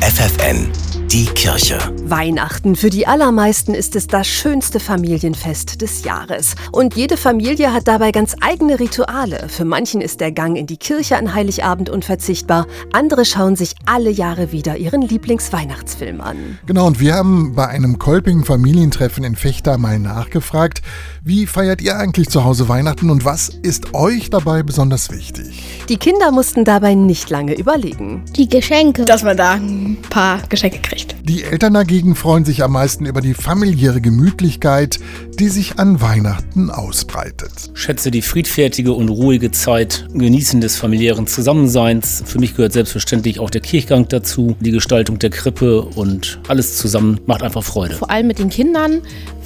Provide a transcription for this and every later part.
FFN, die Kirche. Weihnachten. Für die allermeisten ist es das schönste Familienfest des Jahres. Und jede Familie hat dabei ganz eigene Rituale. Für manchen ist der Gang in die Kirche an Heiligabend unverzichtbar. Andere schauen sich alle Jahre wieder ihren Lieblingsweihnachtsfilm an. Genau, und wir haben bei einem Kolping-Familientreffen in Fechter mal nachgefragt, wie feiert ihr eigentlich zu Hause Weihnachten und was ist euch dabei besonders wichtig? Die Kinder mussten dabei nicht lange überlegen. Die Geschenke. dass man da ein paar Geschenke kriegt. Die Eltern dagegen freuen sich am meisten über die familiäre Gemütlichkeit, die sich an Weihnachten ausbreitet. Schätze die friedfertige und ruhige Zeit, genießen des familiären Zusammenseins. Für mich gehört selbstverständlich auch der Kirchgang dazu, die Gestaltung der Krippe und alles zusammen macht einfach Freude. vor allem mit den Kindern,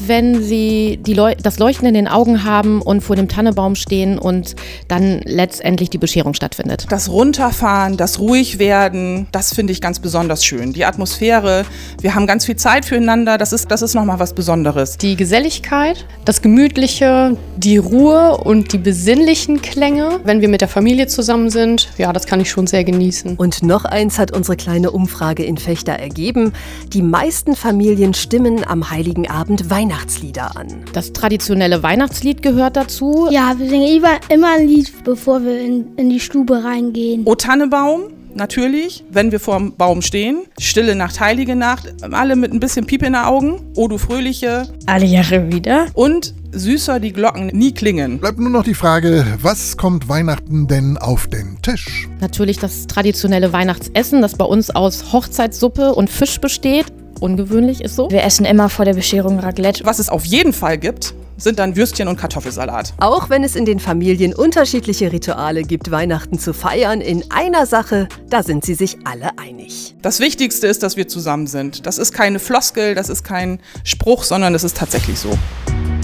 wenn sie die Leu das Leuchten in den Augen haben und vor dem Tannebaum stehen und dann letztendlich die Bescherung stattfindet. Das Runterfahren, das Ruhigwerden, das finde ich ganz besonders schön. Die Atmosphäre, wir haben ganz viel Zeit füreinander, das ist, das ist nochmal was Besonderes. Die Geselligkeit, das Gemütliche, die Ruhe und die besinnlichen Klänge. Wenn wir mit der Familie zusammen sind, ja, das kann ich schon sehr genießen. Und noch eins hat unsere kleine Umfrage in Fechter ergeben. Die meisten Familien stimmen am Heiligen Abend Weihnachtslieder an. Das traditionelle Weihnachtslied gehört dazu. Ja, wir singen immer, immer ein Lied, bevor wir in, in die Stube reingehen. O Tannebaum, natürlich, wenn wir vorm Baum stehen. Stille Nacht, heilige Nacht, alle mit ein bisschen Piep in den Augen. O du Fröhliche. Alle Jahre wieder. Und süßer die Glocken, nie klingen. Bleibt nur noch die Frage, was kommt Weihnachten denn auf den Tisch? Natürlich das traditionelle Weihnachtsessen, das bei uns aus Hochzeitssuppe und Fisch besteht. Ungewöhnlich ist so. Wir essen immer vor der Bescherung Raclette. Was es auf jeden Fall gibt, sind dann Würstchen und Kartoffelsalat. Auch wenn es in den Familien unterschiedliche Rituale gibt, Weihnachten zu feiern, in einer Sache, da sind sie sich alle einig. Das Wichtigste ist, dass wir zusammen sind. Das ist keine Floskel, das ist kein Spruch, sondern es ist tatsächlich so.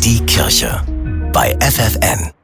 Die Kirche bei FFN.